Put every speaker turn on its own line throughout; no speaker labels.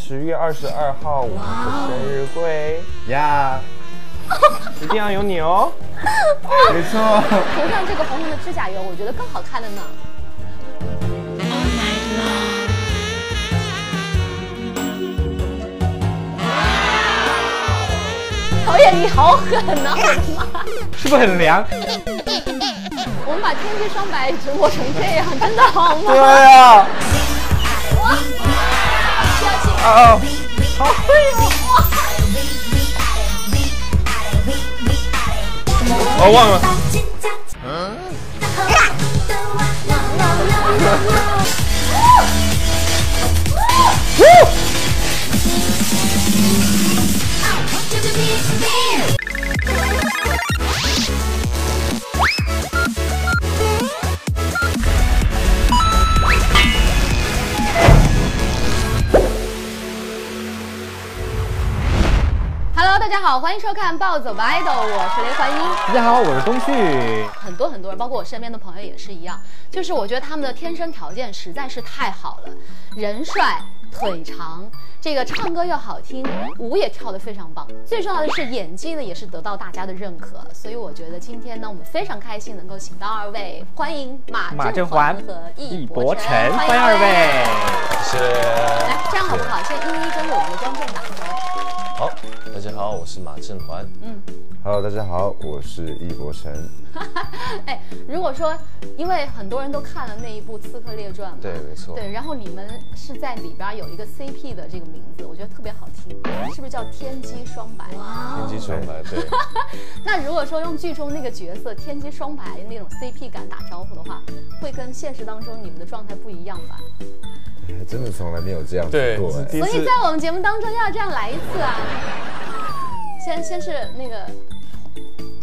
十月二十二号我的生日会，
呀，
一定要有你哦。
没错，
涂上这个红红的指甲油，我觉得更好看了呢。导哎演你好狠啊呐、我的妈！
是不是很凉？
我们把天际双白直播成这样，真的好吗？
啊呀，啊啊，
哦，忘了，
Hello，大家好，欢迎收看《暴走吧 idol》，我是雷环英。
大家好，我是东旭。
很多很多人，包括我身边的朋友也是一样，就是我觉得他们的天生条件实在是太好了，人帅腿长，这个唱歌又好听，舞也跳得非常棒，最重要的是演技呢也是得到大家的认可，所以我觉得今天呢我们非常开心能够请到二位，欢迎马
马
振
振
环
环
和易
易
博
博
辰
辰，，欢迎二位。。
是，
来，这样好不好？先一一跟我们的观众打招
好，大家好，我是马振环。
Hello，大家好，我是易博辰。
呼。哎，如果说，因为很多人都看了那一部《刺客列传》嘛，
对，没错，
对，然后你们是在里边儿有一个 CP 的这个名字，我觉得特别好听，是不是叫天机双白？
天机双白， 对，
那如果说用剧中那个角色天机双白那种 CP 感打招呼的话，会跟现实当中你们的状态不一样吧？
还哎真的从来没有这样子过哎。
第一
所以
次
在我们节目当中要这样来一次啊！先先是那个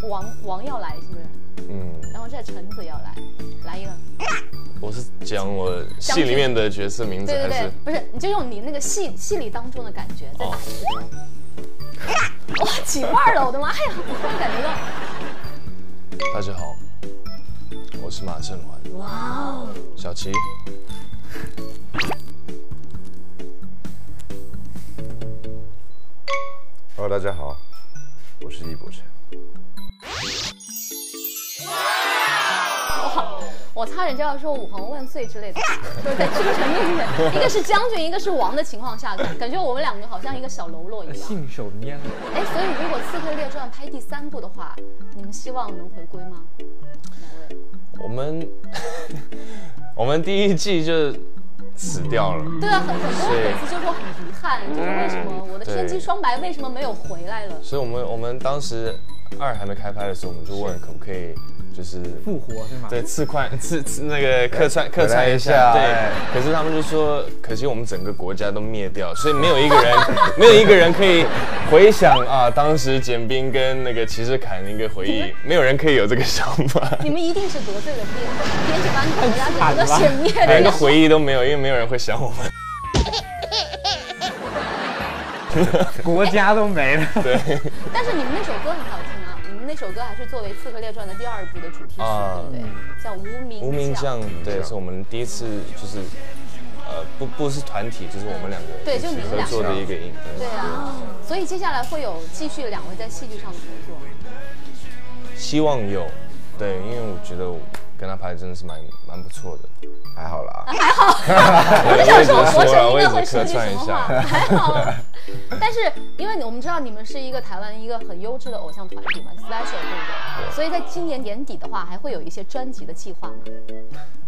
王王要来是不是？
嗯，
然后这橙子要来，来一个。
我是讲我戏里面的角色名字，
对对
还
对
是，哦
不是，你就用你那个戏戏里当中的感觉再打一个。哇，起范儿了，我的妈呀！我突然感觉到，
大家好，我是马振环。哇哦，小齐，
Hello，大家好，我是易博辰。
我差点就要说“武皇万岁”之
哎
类的，就是在君臣面前，一个是将军，一个是王的情况下，感觉我们两个好像一个小喽啰一样。
信手拈来。
哎，所以如果《刺客列传》拍第三部的话，你们希望能回归吗？两位？
我们 我们第一季就死掉了，
对啊，很很多粉丝就说很遗憾，就是为什么我的天机
嗯对
双白为什么没有回来了？
所以我们我们当时二还没开拍的时候，我们就问可不可以就是
复活对吗？
对，刺宽 刺刺那个客串客串一
回来一下
下，
哎
对。可是他们就说，可惜我们整个国家都灭掉，所以没有一个人，没有一个人可以回想啊，当时简冰跟那个骑士凯的一个回忆，没有人可以有这个想法，
你们一定是得罪了编剧，编剧把你们国家 整个
惨
写灭了。
连个回忆都没有，因为没有人会想我们。
国家都没了。
但是你们那首歌很好听啊，你们那首歌还是作为《刺客列传》的第二部的主题曲，
啊
对不对？叫《无名
无名
将
将》，对，是我们第一次就是，呃，不不是团体，就是我们两个
对
一起
就你们
合
两
作
个
的一个影。
对啊，所以接下来会有继续两位在戏剧上的合 作。
希望有，对，因为我觉得我跟他拍真的是蛮蛮不错的。
还好啦，
我就想说，我神
我
应
也
该
只
会说
客
句什
串一
么话，
下。
还好啦。啊 但是因为我们知道你们是一个台湾一个很优质的偶像团体嘛，Special 对不对？所以在今年年底的话，还会有一些专辑的计划嘛？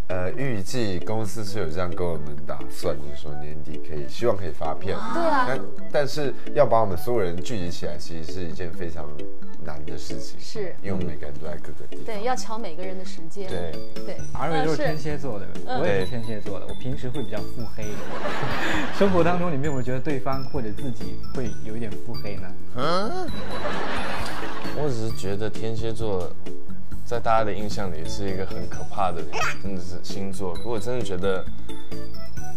呃，预计公司是有这样跟我们打算的，说年底可以，希望可以发片。
对啊
但但是要把我们所有人聚集起来，其实是一件非常难的事情。
是
因为我们每个人都在各个地方。
对，要瞧每个人的时间。
对，
对，
二位都是
呃
天蝎座的，我也是天蝎座的。我平时会比较腹黑， 生活当中你们有没有觉得对方或者自己会有一点腹黑呢？
我只是觉得天蝎座在大家的印象里也是一个很可怕的，真的是星座。可我真的觉得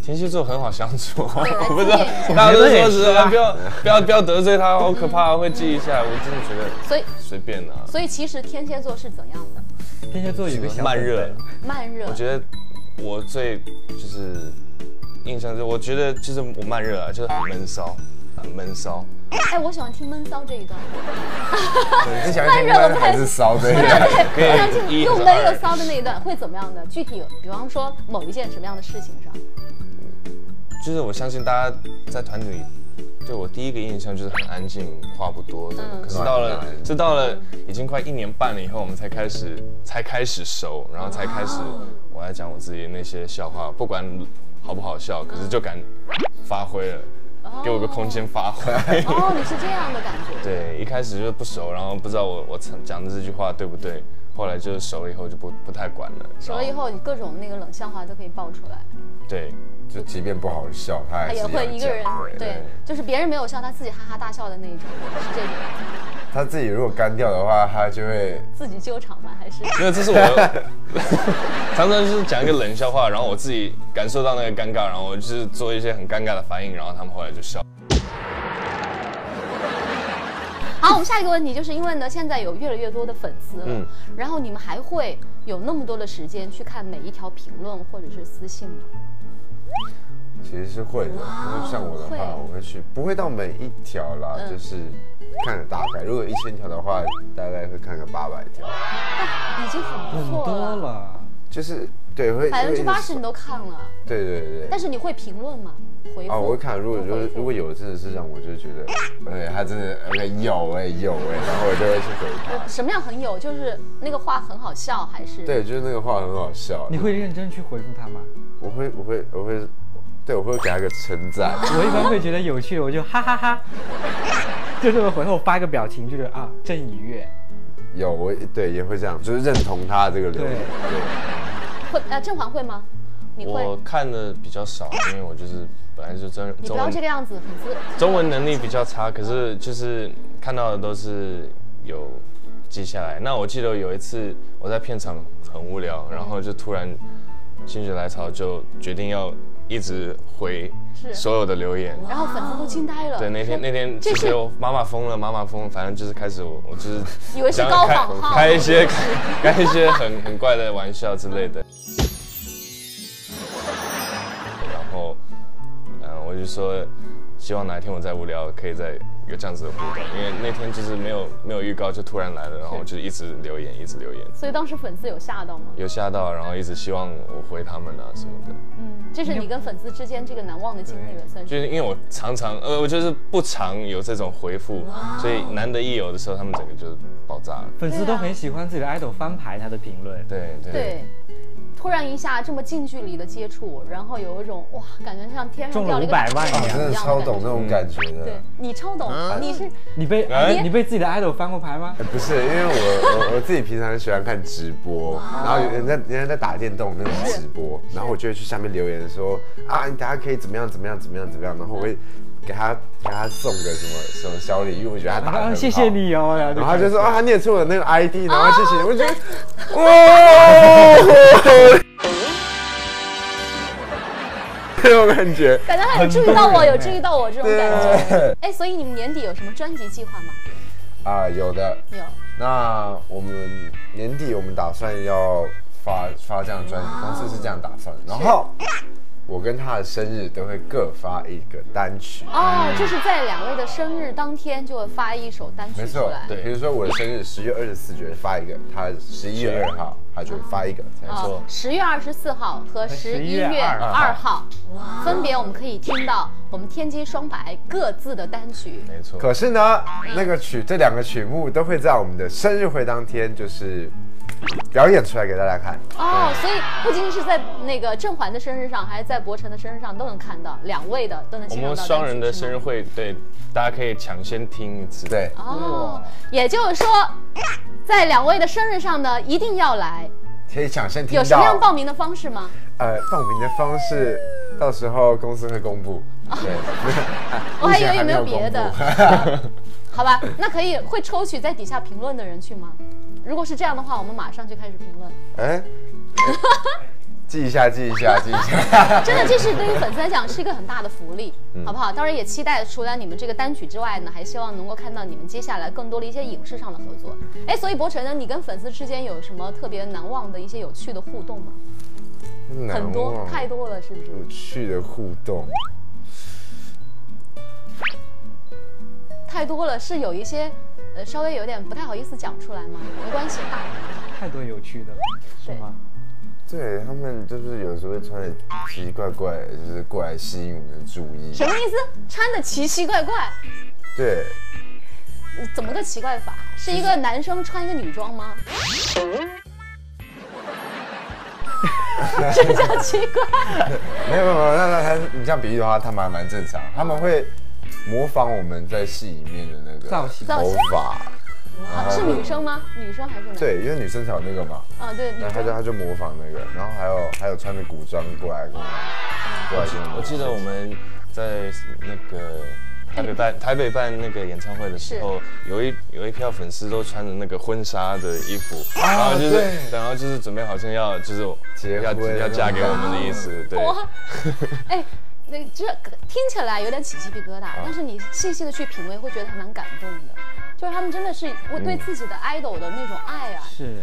天蝎座很好相处， 我不知道
我，
大家都
觉得也
说
是
是
啊
啊，不要不要不要得罪他，好可怕，会记一下。我真的觉得
所以
随便啊，
所以其实天蝎座是怎样的？
天蝎座有一个小
慢热
本本
慢热。
我觉得我最就是印象是，我觉得就是我慢热啊，就是很闷骚，很闷骚。
哎，我喜欢听闷骚这一段，
你是想听闷还是骚的？
可以
我想听
一
又
和
闷
二
又骚的那一段会怎么样的？具体有，比方说某一件什么样的事情上？
就是我相信大家在团体里对我第一个印象就是很安静，话不多的。
嗯
可是到了
暖男
这到了已经快一年半了以后，我们才开始才开始熟，然后才开始我来讲我自己那些笑话，不管好不好笑，可是就敢发挥了，给我个空间发挥。
哦，你是这样的感觉。
对，一开始就是不熟，然后不知道我我讲的这句话对不对，后来就是熟了以后就不不太管了。
熟了以
然
后，你各种那个冷笑话都可以爆出来，
对，
就即便不好笑，他
他
还是
也哎会
要
一个人
讲
对
对，就是别人没有笑，他自己哈哈大笑的那一种，是这种，
他自己如果干掉的话，他就会
自己救场吗？还是
因为这 是我 的常常就是讲一个冷笑话，然后我自己感受到那个尴尬，然后我就是做一些很尴尬的反应，然后他们后来就笑。
好，我们下一个问题就是因为呢，现在有越来越多的粉丝了，
嗯
然后你们还会有那么多的时间去看每一条评论或者是私信吗？
其实是会的。因为像我的话，
啊会嗯
我会去，不会到每一条啦，就是看个大概。如果一千条的话，大概会看个八百条，
已经很
很
不错
多
了，
了。
就是对会
百分之八十
会
你都看了，
对对对。
但是你会评论吗？回复？
啊，我会看，如果就
回
是
复
如果有的真的是让我就觉得，哎，他真的哎有哎有哎，然后我就会去回他。
什么样很有，就是那个话很好笑，还是
对，就是那个话很好笑。
你会认真去回复他吗？
我会我会我会，对我会给他个称赞。
我一般会觉得有趣，我 就哈哈哈就这么回后发一个表情，就是啊，朕已阅。
有我对也会这样，就是认同他这个流
对
程。
会呃郑环会吗？你
我
会？
看的比较少，因为我就是本来就中
你
中
不要这个
文
样子，粉丝
中文能力比较差，可是就是看到的都是有记下来。那我记得有一次我在片场很无聊，然后就突然心血来潮就决定要一直回
是
所有的留言。
然后粉丝都惊呆了。
对，那天那天就
这是
是我妈妈疯了，妈妈疯了，反正就是开始我我就是
以为是
想要
高
开
仿号
开一些开开一些很很怪的玩笑之类的。然后，嗯、我就说希望哪一天我再无聊可以再有这样子的互动，因为那天就是没有没有预告就突然来了，然后我就一直留言一直留言，
所以当时粉丝有吓到吗？
有吓到，然后一直希望我回他们啊什么的。
这是你跟粉丝之间这个难忘的经历了，算是。
就是因为我常常呃，我就是不常有这种回复，所以难得一有的时候，他们整个就爆炸了。
粉丝都很喜欢自己的 idol 翻牌他的评论，
对对
对，突然一下这么近距离的接触，然后有一种哇，感觉像天上
中
掉
了五
了一个
百万
大
一
我
奖
啊真
样。
的啊超懂那种感觉嗯的。
对你超懂，你是
你被、
哎
你被自己的 idol 翻过牌吗？
不是，因为我我我自己平常很喜欢看直播，然后有人在人家在打电动那种直播，然后我就会去下面留言说啊，你等下可以怎么样怎么样怎么样怎么样，然后我会给他给他送个什么什么小礼物，因为我觉得他打的很
啊，
好。
谢谢。你哦，然
然后他就说啊，他念出我那个 ID，然后谢谢你，我就觉得哇，这种感觉。
感觉还有注意到我，
很懂
有注意到我这种感觉。哎，所以你们年底有什么专辑计划吗？
啊，有的。
有，
那我们年底我们打算要发发这样的专辑，公司是这样打算。然后我跟他的生日都会各发一个单曲，
哦，就是在两位的生日当天就会发一首单曲
没
出
错
来。。
对
比如说我的生日十月二十四就会发一个，他十一月二号他就会发一个，这样
啊
错，
十月二十四号和十一月二号，分别我们可以听到我们天津双白各自的单曲。
没错。
可是呢，那个曲这两个曲目都会在我们的生日会当天就是表演出来给大家看。
哦，所以不仅仅是在那个郑环的生日上，还是在博辰的生日上都能看到，两位的都能
我
欣赏到
们
单曲。
双人的
是吗
生日会，对，大家可以抢先听一次。，
对，
哦，也就是说，在两位的生日上呢，一定要来。
可以抢先听
有什么样
到。
报名的方式吗？
呃，报名的方式到时候公司会公布。
哦
对，
我哦还以为
目前
有没有别
公布
的。 好吧，那可以会抽取在底下评论的人去吗？如果是这样的话，我们马上就开始评论。
哎， 记一下，记一下，记一下。
真的，这是对于粉丝来讲是一个很大的福利，
嗯
好不好？当然也期待除了你们这个单曲之外呢，还希望能够看到你们接下来更多的一些影视上的合作。
嗯
哎，所以博辰呢，你跟粉丝之间有什么特别难忘的一些有趣的互动吗？
难
很多
忘
太多了，是不是？
有趣的互动，
太多了，是有一些呃稍微有点不太好意思讲出来吗？没关系吧，
啊
太多有趣的了，是
对
吗？
对他们就是有时候会穿的奇奇怪怪的，就是过来吸引我们的注意
什。么意思？穿的奇奇怪怪，
对，
呃怎么个奇怪法？是一个男生穿一个女装 吗？这叫奇怪。
没有没有没有，那那他你这样比喻的话，他们还蛮正常，他们会模仿我们在戏里面的那个
造型
造
头
型
发，
啊是女生吗？女生还是男？，
对，因为女生才有那个嘛，
啊对，女
然后他就
生。
他就模仿那个，然后还有还有穿着古装过来跟我过来跟们
我记得我们在那个台北办台北办那个演唱会的时候，有一有一票粉丝都穿着那个婚纱的衣服，然后就是
啊对
然后就是准备好像要就是
结
要
婚
要嫁给我们的意思，对。
哇，哎，那这听起来有点起鸡皮疙
啊
瘩，但是你细细的去品味，会觉得还蛮感动的。就是他们真的是我对自己的 idol 的那种爱啊，
是，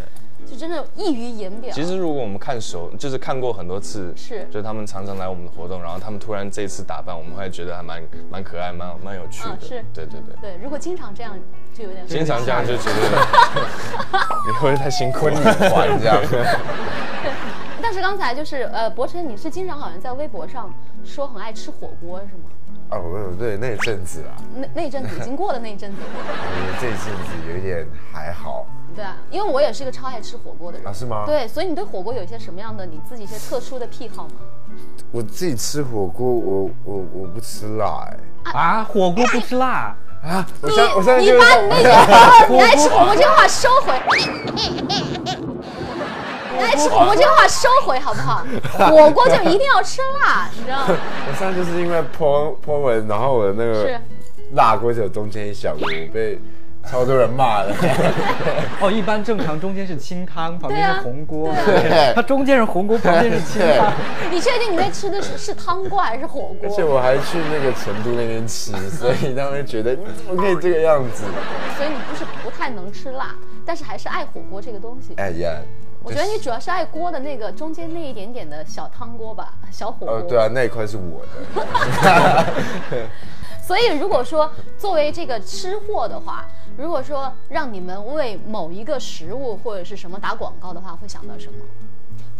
就真的溢于言表。
其实如果我们看熟，就是看过很多次，
是
就是他们常常来我们的活动，然后他们突然这一次打扮，我们会觉得还蛮蛮可爱，蛮蛮有趣的，
嗯是
对对对。
对，如果经常这样，就有点
经常这样就觉得你会不会太辛苦了？
玩这样，
但是刚才就是呃，博辰，你是经常好像在微博上说很爱吃火锅是吗？
啊，不对，那一阵子啊啦，
那那一阵子已经过了 那一阵子，
我觉得这一阵子有一点还好
对啊，因为我也是一个超爱吃火锅的人。
啊，是吗？
对，所以你对火锅有一些什么样的你自己一些特殊的癖好吗？
我自己吃火锅，我我我不吃辣哎、
啊，火锅不吃辣，
啊！我
你
现在我现在就
你把你那句话， 你爱吃火锅这个话收 回。你爱吃火锅这个话收回好不好？火锅就一定要吃辣，你知道 吗？
我现在就是因为泼泼文，然后我的那
是
个辣锅只有中间一小锅，我被超多人骂的。
哦，一般正常中间是清汤，旁边
对啊
是红锅，
对
它中间是红锅，旁边是清汤，
你确定你那吃的是是汤锅还是火
而且
锅？
我还去那个成都那边吃，所以他们觉得嗯怎么可以这个样子？
所以你不是不太能吃辣，但是还是爱火锅这个东西。
哎呀，
我觉得你主要是爱锅的那个中间那一点点的小汤锅吧，小火锅。
哦，对啊，那一块是我的，
所以，如果说作为这个吃货的话，如果说让你们为某一个食物或者是什么打广告的话，会想到什么？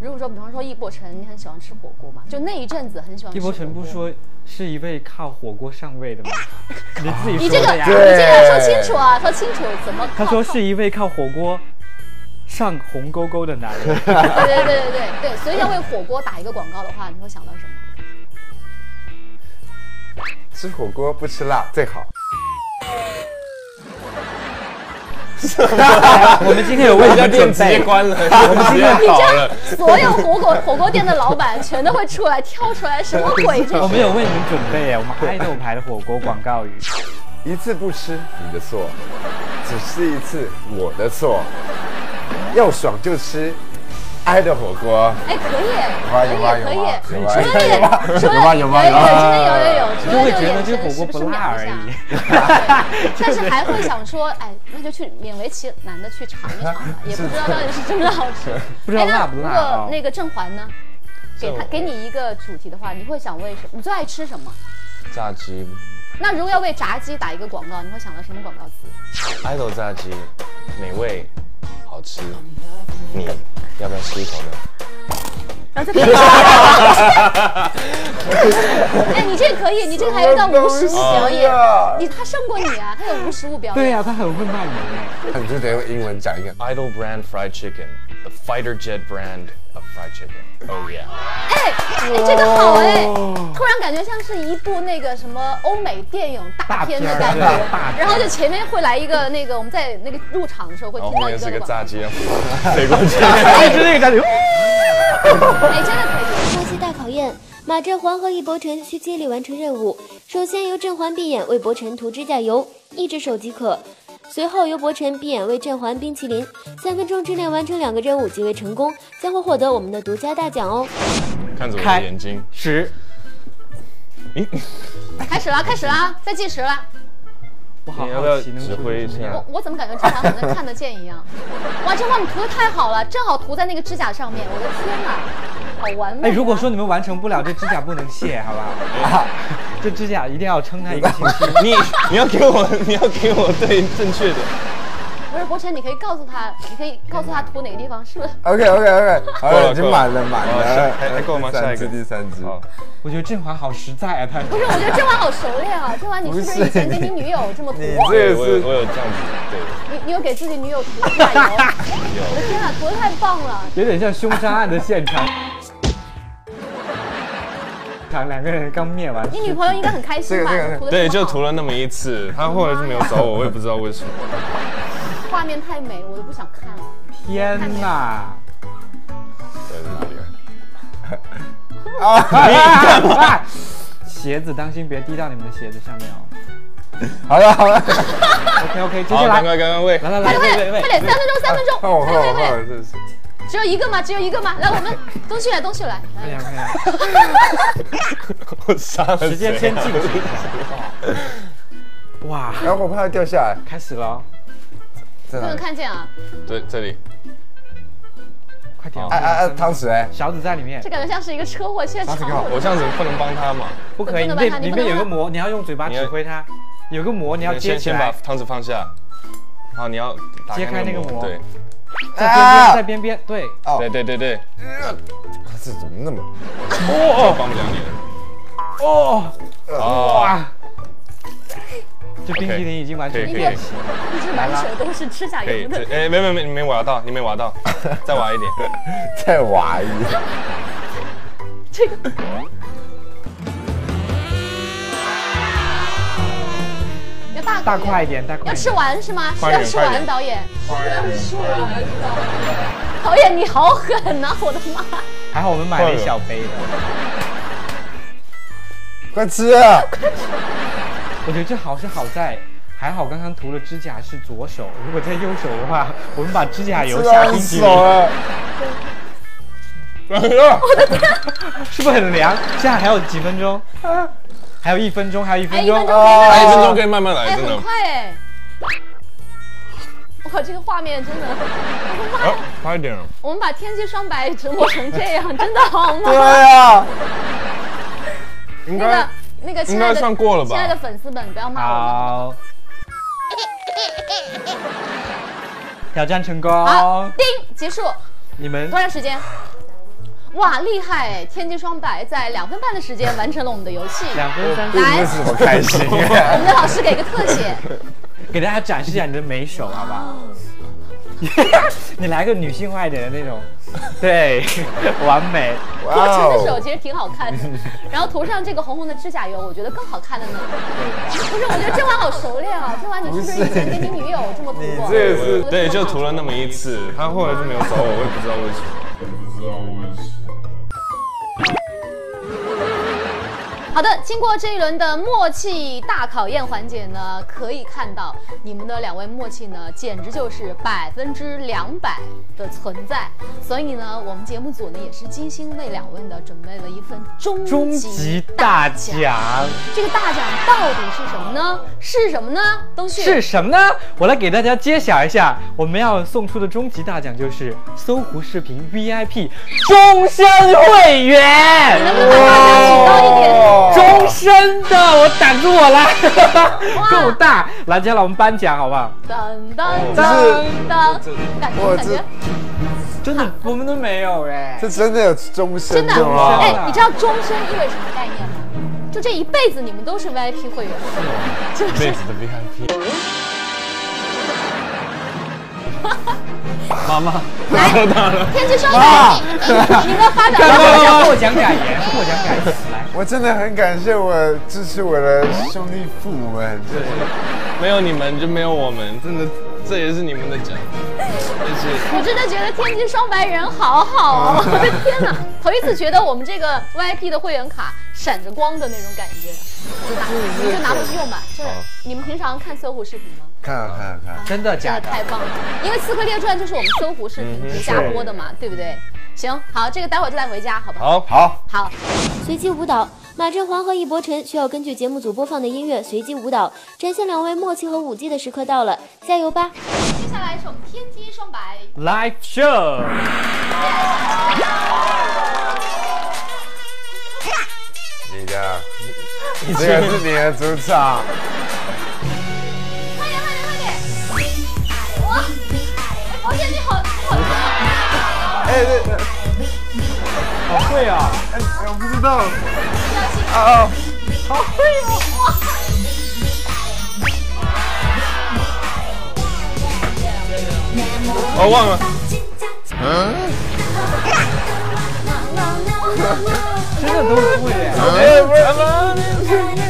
如果说，比方说易伯辰，你很喜欢吃火锅嘛？就那一阵子很喜欢吃
易
火锅。
伯辰不说是一位靠火锅上位的吗？你自己
你
说
这个，
的
你
呀。
这个要说清楚啊，说清楚怎么
他
靠。
说
靠
是一位靠火锅上红勾勾的男 人。
对对对对对对，所以要为火锅打一个广告的话，你会想到什么？
吃火锅不吃辣最好。
我们今天有为你们准
直接
备，
关了，我们直接
你
好
这
了
样。，所有火锅火锅店的老板全都会出来挑出来，什么鬼？这
我们
是。
有为你们准备，啊我们爱豆牌的火锅广告语。
一次不吃你的错，只是一次我的错。要爽就吃，爱的火锅。
哎，可以，
啊
可以
有啊，
可
有
以，
啊有
除了脸，除了
啊有啊有啊有啊有啊
有哎有有有有，除
就
了
会
这个
觉得
眼
这火锅
神是不是
不辣
秒
而
一下？
已。
但是还会想说，哎，那就去勉为其难的去尝一尝吧，也不知道到底是真的好吃，
不知道
哎那
辣不辣
如
啊
果那个郑环呢，给他
郑环
给你一个主题的话，你会想为什么？你最爱吃什么？
炸鸡，
那如果要为炸鸡打一个广告，你会想到什么广告词？
爱豆炸鸡，美味，好吃。你要不要吃一口呢？
然后再 哎，你这个可以，你这个还有一段无实物表演
什么东西啊，
你他胜过你啊，他有无实物表演。
哎对呀，他很会卖萌。
你就得用英文讲一个。
Idol brand fried chicken, the fighter jet brand of fried chicken. Oh yeah.
哎，哎这个
哦
好哎，突然感觉像是一部那个什么欧美电影大片的感觉
大片儿对大，片
然后就前面会来一个那个我们在那个入场的时候会
然
听
后
到
后
一
面
个
哦是个
广
炸鸡，啊飞过 去。
哎，就那个感觉。
告，哎，真的可以。
巴西大考验，马振环和易伯辰需接力完成任务。首先由振环闭眼为伯辰涂指甲油，一只手即可。随后由伯辰闭眼为振环冰淇淋。三分钟之内完成两个任务即为成功，将会获得我们的独家大奖哦。
看着我
开
的眼睛，
十，
开始啦，开始啦，在计时啦。
我好
你要不要
好奇能
指挥一
出什么
下
样
我我怎么感觉正好很能看得见一样？哇，这画你涂的太好了，正好涂在那个指甲上面，我的天哪！好完美、
哎，如果说你们完成不了，这指甲不能卸，好吧？这指甲一定要撑它一个星期。
你 你要给我，你要给我对正确的。
不是博辰，你可以告诉他，你可以告诉他涂哪个地方，是不是？
OK OK OK，好
够
了，
了
已经满了满
哦
了
下，还还够吗
第三
下
只
一个
第三只，
好，
我觉得振华好实在啊，他
不是，我觉得郑华好熟练啊！郑华，你是不是以前跟你女友这么涂过？
这
对，
个
我
是
有我有这样子，对，
你你有给自己女友涂指甲油？我的天啊，涂的太棒了！
有点像凶杀案的现场。场两个人刚灭完，
你女朋友应该很开心吧？
这个这个
涂的
对，就涂了那么一次，他后来就没有找我，我也不知道为什么。
画面太美，我都不想看了。
天哪！
对，在哪里啊？
啊！ 鞋子当心别滴到你们的鞋子上面哦。
好了 好了，
OK OK，接
好，
下
刚
来
刚刚刚喂，
来来
快
来，喂哎喂
点，快点，
喂
快，点，三分钟，三分钟，
换我
三
换我
分钟，
换我，是不是？
只有一个嘛，只有一个嘛。来，我们东旭来，东旭来，
快
来
点快点，
我杀了谁啊
时间先静止。哇，
然后我怕它掉下来，
开始了哦，
在
不
哪
能
里？
看见啊！
对，这里，
快点！哦
哎哎哎，汤匙哎，
勺子在里面
这，感觉像是一个车祸现场。
我这样子不能帮他嘛，
不可以，你
不能
这
把它
里
你不
面
能
有一个
让
膜，你要用嘴巴
你要
指挥它，有个膜你要接
先
起
先把
来，
汤匙放下，好，你要打
揭开
开
那个膜
对，
在边
啊
边，在边边，对，
哦
对对对对，
这怎么那么？
哦，帮不了你了，
哦，
哦，
哇，这冰淇淋已经完
可
全
以可
变
以
形，
一直满手都是指甲
可以，
油的
这。哎，没没没，你没挖到，你没 挖到，再挖一点，
哦
再挖一个，
这个要大口
大块一点，大块
要
一
吃
点，
完是吗？是
快
要
点
吃
快
完，
点
导演。导演你好狠呐、啊 我的妈！
还好我们买了一小杯的，
快吃啊！
我觉得这好是好在。还好刚刚涂了指甲是左手，如果在右手的话，我们把指甲油
吃
下
到
冰淇淋，
手了，
是不是很凉？现在还有几分钟？啊还有一分钟，还有一
哎，
分
一分
钟哦
钟。没
哎，
了，
这种可以慢慢来，
哎，
真的
很。快哎！哇，这个画面真的，我的妈呀！
快点！
我们把天气双白折磨成这样，真的好
对
吗？
啊，
应
那个那个，亲爱
应
的
该算过了吧
亲爱的粉丝们，不要骂我们。
好，挑战成功，
好，叮，结束。
你们
多长时间？哇，厉害！哎天际双白在两分半的时间完成了我们的游戏。
两分三分，
来
为，什么开心啊？
我们的老师给个特写。
给大家展示一下你的美手，好不好？ 你来个女性化一点的那种，对，完美。
哇
我
哦
纯的手其实挺好看的，然后涂上这个红红的指甲油，我觉得更好看了呢。 不是，我觉得这碗好熟练啊！这碗你是不是以前跟你女友这么涂过？
你这是
对，就涂了那么一次，他后来就没有找我，我也不知道为什么。
好的，经过这一轮的默契大考验环节呢，可以看到你们的两位默契呢，简直就是百分之两百的存在。所以呢，我们节目组呢也是精心为两位呢准备了一份终
终极
极
大
奖。
奖
这个大奖到底是什么呢？是什么呢？东旭
是什么呢？我来给大家揭晓一下，我们要送出的终极大奖就是搜狐视频 VIP 终身会员。
能不能把大奖举高一点？
终身的，我打住我啦，够大！来，接下来我们颁奖好不好？
当当
这
当当，感觉
我
感觉
这
真的，我们都没有哎、
这真的有终身
真的
的吗？
哎，你知道终身意味着什么概念吗？就这一辈子你们都是 VIP 会员，就是
妹子的 VIP，
妈妈，
天气双白，你们发表
来来
一下
来，获奖感言，获奖感言，来，
我真的很感谢我支持我的兄弟父母们，就是
没有你们就没有我们，真的，这也是你们的奖，而
我真的觉得天津双白人好好哦！我的天哪，头一次觉得我们这个 VIP 的会员卡闪着光的那种感觉，就拿你们就拿回去用吧。就是你们平常看搜狐视频吗？
看啊看啊看啊，
真的
真
假
的
的？
太棒了，因为《刺客列传》就是我们搜狐视频下播的嘛，对不对？行，好，这个待会儿就带回家，好不
且
好？
好，
好，
好，
随机舞蹈，马振华和易伯辰需要根据节目组播放的音乐随机舞蹈，展现两位默契和舞技的时刻到了，加油吧！
接下来是我们天机双白，
Live show，
呀，这个是你的主场。
而且你好，好
哎，这
好会啊！
哎，我不知道。
哦，忘 了，
真的都会耶。
哎，不是，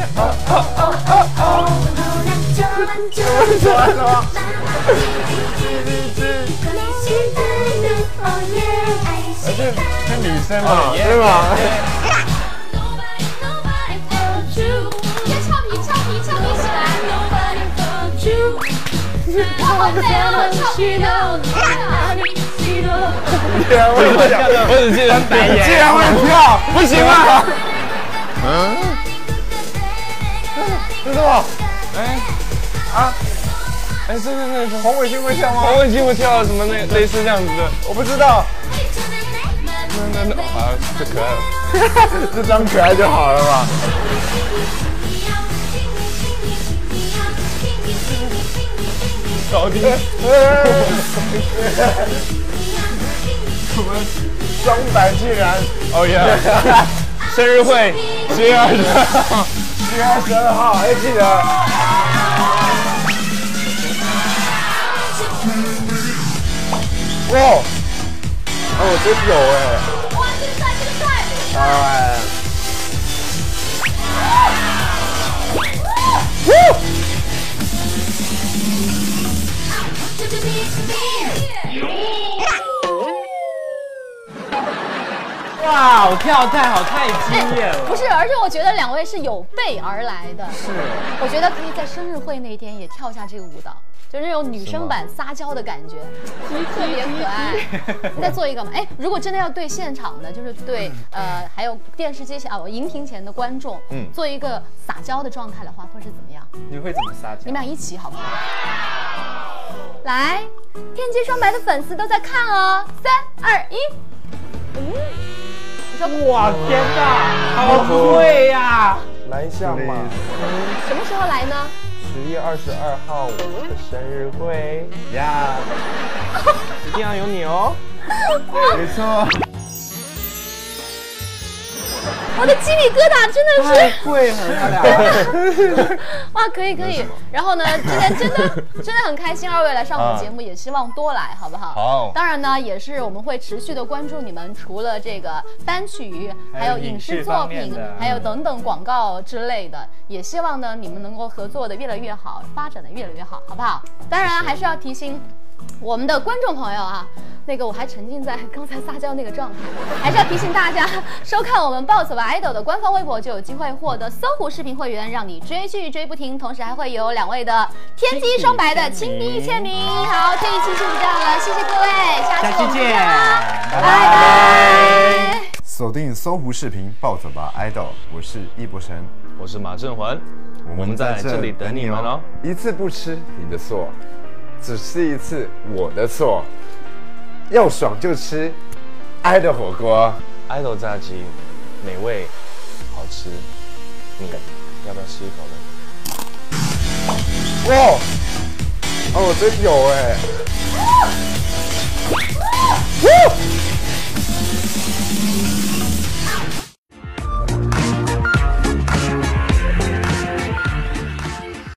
是女生嘛，对吧？
别俏皮，俏皮，俏皮起来！哇，好美啊，好俏皮的！
对啊，我
我只记得白眼
竟然会跳，不行啊！嗯，这是什么？
哎，是是是，
红尾君会跳吗？
我已经会跳什么那类似这样子的，
我不知道，
那那啊，太可爱了。
这张可爱就好了嘛。
搞 定，
双白竟然
哦耶！ 生日会十月二十号，
七月二十二号，还记得。哇！哦，我真有哎、
哇，这个帅，这个帅，这个帅！
哎，
哇，我跳太好，太激烈了。
哎不是，而且我觉得两位是有备而来的。是，我觉得可以在生日会那一天也跳一下这个舞蹈，就是那种女生版撒娇的感觉，特别可爱。你再做一个嘛？哎，如果真的要对现场的，就是对呃，还有电视机前哦，荧屏前的观众，嗯，做一个撒娇的状态的话，会是怎么样？
你会怎么撒娇
你？们俩一起好不好？来，天机双白的粉丝都在看哦，三二一，
哇，天哪，好会 呀！
来一下嘛，
什么时候来呢？
十月二十二号我的生日会，
呀，
一定要有你哦。
没错，
我的鸡皮疙瘩真的是。
会很他俩。
哇，可以可以。然后呢，今天真的真的很开心，二位来上我们节目，也希望多来，好不好？
好
当然呢，也是我们会持续的关注你们，除了这个单曲，
还有
有影
影
视
视
作
方面
品
的，
还有等等广告之类的。也希望呢，你们能够合作的越来越好，发展的越来越好，好不好？当然啊还是要提醒。我们的观众朋友啊，那个我还沉浸在刚才撒娇那个状态， 还是要提醒大家，收看我们 Boss 吧 Idol 的官方微博就有机会获得搜狐视频会员，让你追剧追不停，同时还会有两位的天机双白的亲笔签名。好，这一期就是这样了，谢谢各位，下
下
期我们
期见，
啦
拜
拜拜。
锁定搜狐视频，暴走吧，idol，我是易博神，
我是马振环，我们在这里等你们哦。，
一次不吃你的错，只是一次我的错，要爽就吃，idol 火锅，
idol 炸鸡，美味，好吃，你要不要吃一口呢？
哇！哦，我真有哎、